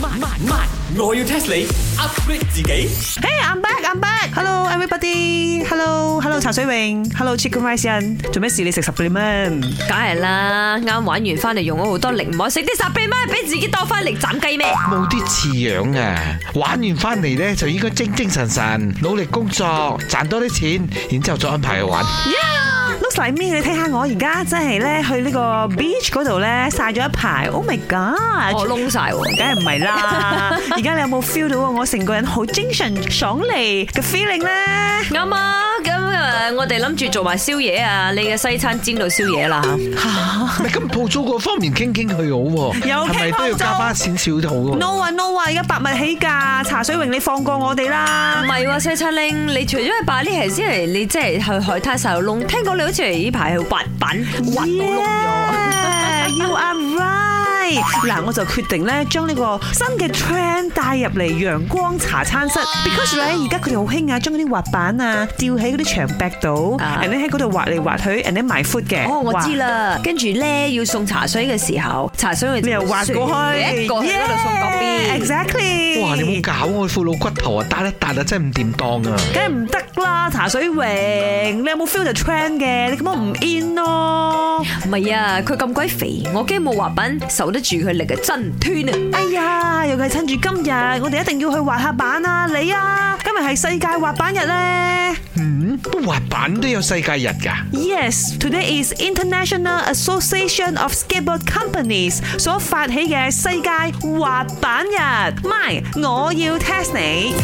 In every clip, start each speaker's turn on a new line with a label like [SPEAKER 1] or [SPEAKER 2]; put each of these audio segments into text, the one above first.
[SPEAKER 1] 慢慢慢，我要 test 你 upgrade 自己。
[SPEAKER 2] Hey, I'm back, I'm back. Hello, everybody. Hello, hello 茶水泳。Hello, Chicken Rice 人。做咩事？你食十 p p l e m e n
[SPEAKER 3] 梗係啦，啱玩完翻嚟用咗好多力，唔可以食啲十幾蚊，俾自己多翻力斬 雞咩？
[SPEAKER 2] 哎
[SPEAKER 4] 冇啲似樣啊！玩完翻嚟呢，就應該精精神神，努力工作，賺多啲錢，然之後再安排去 玩。
[SPEAKER 2] Looks like me，你睇下我而家真係咧去呢個 beach 嗰度咧曬咗一排。Oh my
[SPEAKER 3] 我
[SPEAKER 2] god！
[SPEAKER 3] 窿晒喎，
[SPEAKER 2] 梗係唔係啦！而家你有冇 feel 到我成個人好精神爽利嘅 feeling 咧？
[SPEAKER 3] 啱啊！咁啊，我哋諗住做埋宵夜啊，你嘅西餐煎到宵夜啦。
[SPEAKER 4] 咪咁鋪租嗰方面傾傾去好喎，
[SPEAKER 2] 有
[SPEAKER 4] 係咪
[SPEAKER 2] 傾
[SPEAKER 4] 都要加
[SPEAKER 2] 鋪租
[SPEAKER 4] 翻錢少好喎？
[SPEAKER 2] No 啊 no 啊！而家百物起價，茶水泳你放過我哋啦
[SPEAKER 3] 唔！係喎，西餐拎，你除咗去擺呢鞋之嚟，你即係去海灘晒到窿。聽講你好似係呢排去滑板，滑到窿咗。
[SPEAKER 2] Yeah, You are right。嗱，我就決定咧，將呢個新嘅 trend 帶入嚟陽光茶餐室，because 咧而家佢哋好興啊，將嗰啲滑板啊吊喺嗰啲牆壁度，
[SPEAKER 3] 啊
[SPEAKER 2] 人哋喺嗰度滑嚟滑去，人哋埋 foot 嘅。
[SPEAKER 3] 哦，我知
[SPEAKER 2] 哇。
[SPEAKER 3] 啦，跟住咧要送茶水嘅時候，茶水
[SPEAKER 2] 你又啊滑過去，
[SPEAKER 3] 一個喺嗰度送嗰邊。
[SPEAKER 2] Exactly。
[SPEAKER 4] 哇！你冇搞我副老骨頭啊，打一打啊，真係唔掂當啊！
[SPEAKER 2] 梗係唔得啦，茶水榮，你有冇 feel 到 trend 嘅？你咁樣唔 in 咯？
[SPEAKER 3] 唔係啊，佢咁鬼肥，我驚冇滑板受得住佢力嘅真斷啊！
[SPEAKER 2] 哎呀，尤其係趁住今日，我哋一定要去滑下板啊！你啊，今日係世界滑板日咧。
[SPEAKER 4] 嗯，滑板都有世界日㗎。
[SPEAKER 2] Yes, today is International Association of Skateboard Companies 所發起嘅世界滑板日。My，我要 test 你。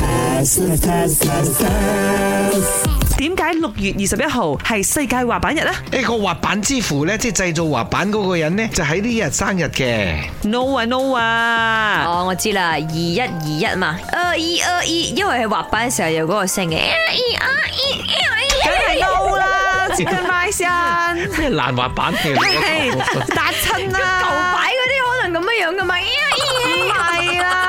[SPEAKER 2] 點解六月二十一號係世界滑板日呢
[SPEAKER 4] 呢個滑板之父呢，即係製造滑板嗰個人呢，就喺呢日生日嘅。
[SPEAKER 2] No 啊 No 啊！
[SPEAKER 3] 哦，我知啦，二一二一嘛，呃二一二一，因為係滑板嘅時候有嗰個聲嘅。哎
[SPEAKER 2] 梗係 No 啦，Chicken Rice 人，
[SPEAKER 4] 咩爛滑板 嚟
[SPEAKER 2] 嘿達親
[SPEAKER 3] 舊
[SPEAKER 2] 啦，
[SPEAKER 3] 擺嗰啲可能咁樣樣噶嘛。哎
[SPEAKER 2] 唔係啦。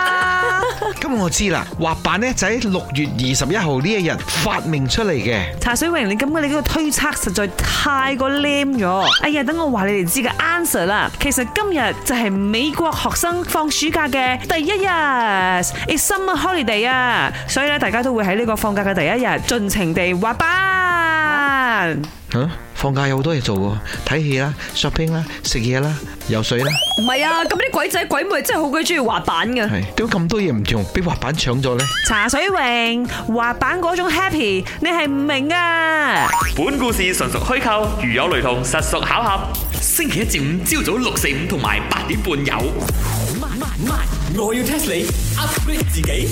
[SPEAKER 4] 咁我知啦，滑板呢，就喺六月二十一號呢一日發明出嚟嘅。
[SPEAKER 2] 茶水榮，你咁嘅你嗰個推測實在太過 lame 咗。哎呀，等我話你哋知嘅 answer 啦。其實今日就係美國學生放暑假嘅第一日，It's summer holiday 啊，所以咧大家都會喺呢個放假嘅第一日盡情地滑板。
[SPEAKER 4] 吓，放假有好多嘢做喎，睇戲啦、shopping 啦、食嘢啦、游水啦，
[SPEAKER 3] 唔係啊，咁啲鬼仔鬼妹真係好鬼中意滑板嘅。
[SPEAKER 4] 係點解咁多嘢唔做，俾滑板搶咗呢？
[SPEAKER 2] 茶水榮，滑板嗰種 happy 你係唔明啊！
[SPEAKER 5] 本故事純屬虛構，如有雷同，實屬巧合。星期一至五朝早六四五同埋八點半有。
[SPEAKER 1] 慢慢慢，我要 test 你 upgrade 自己。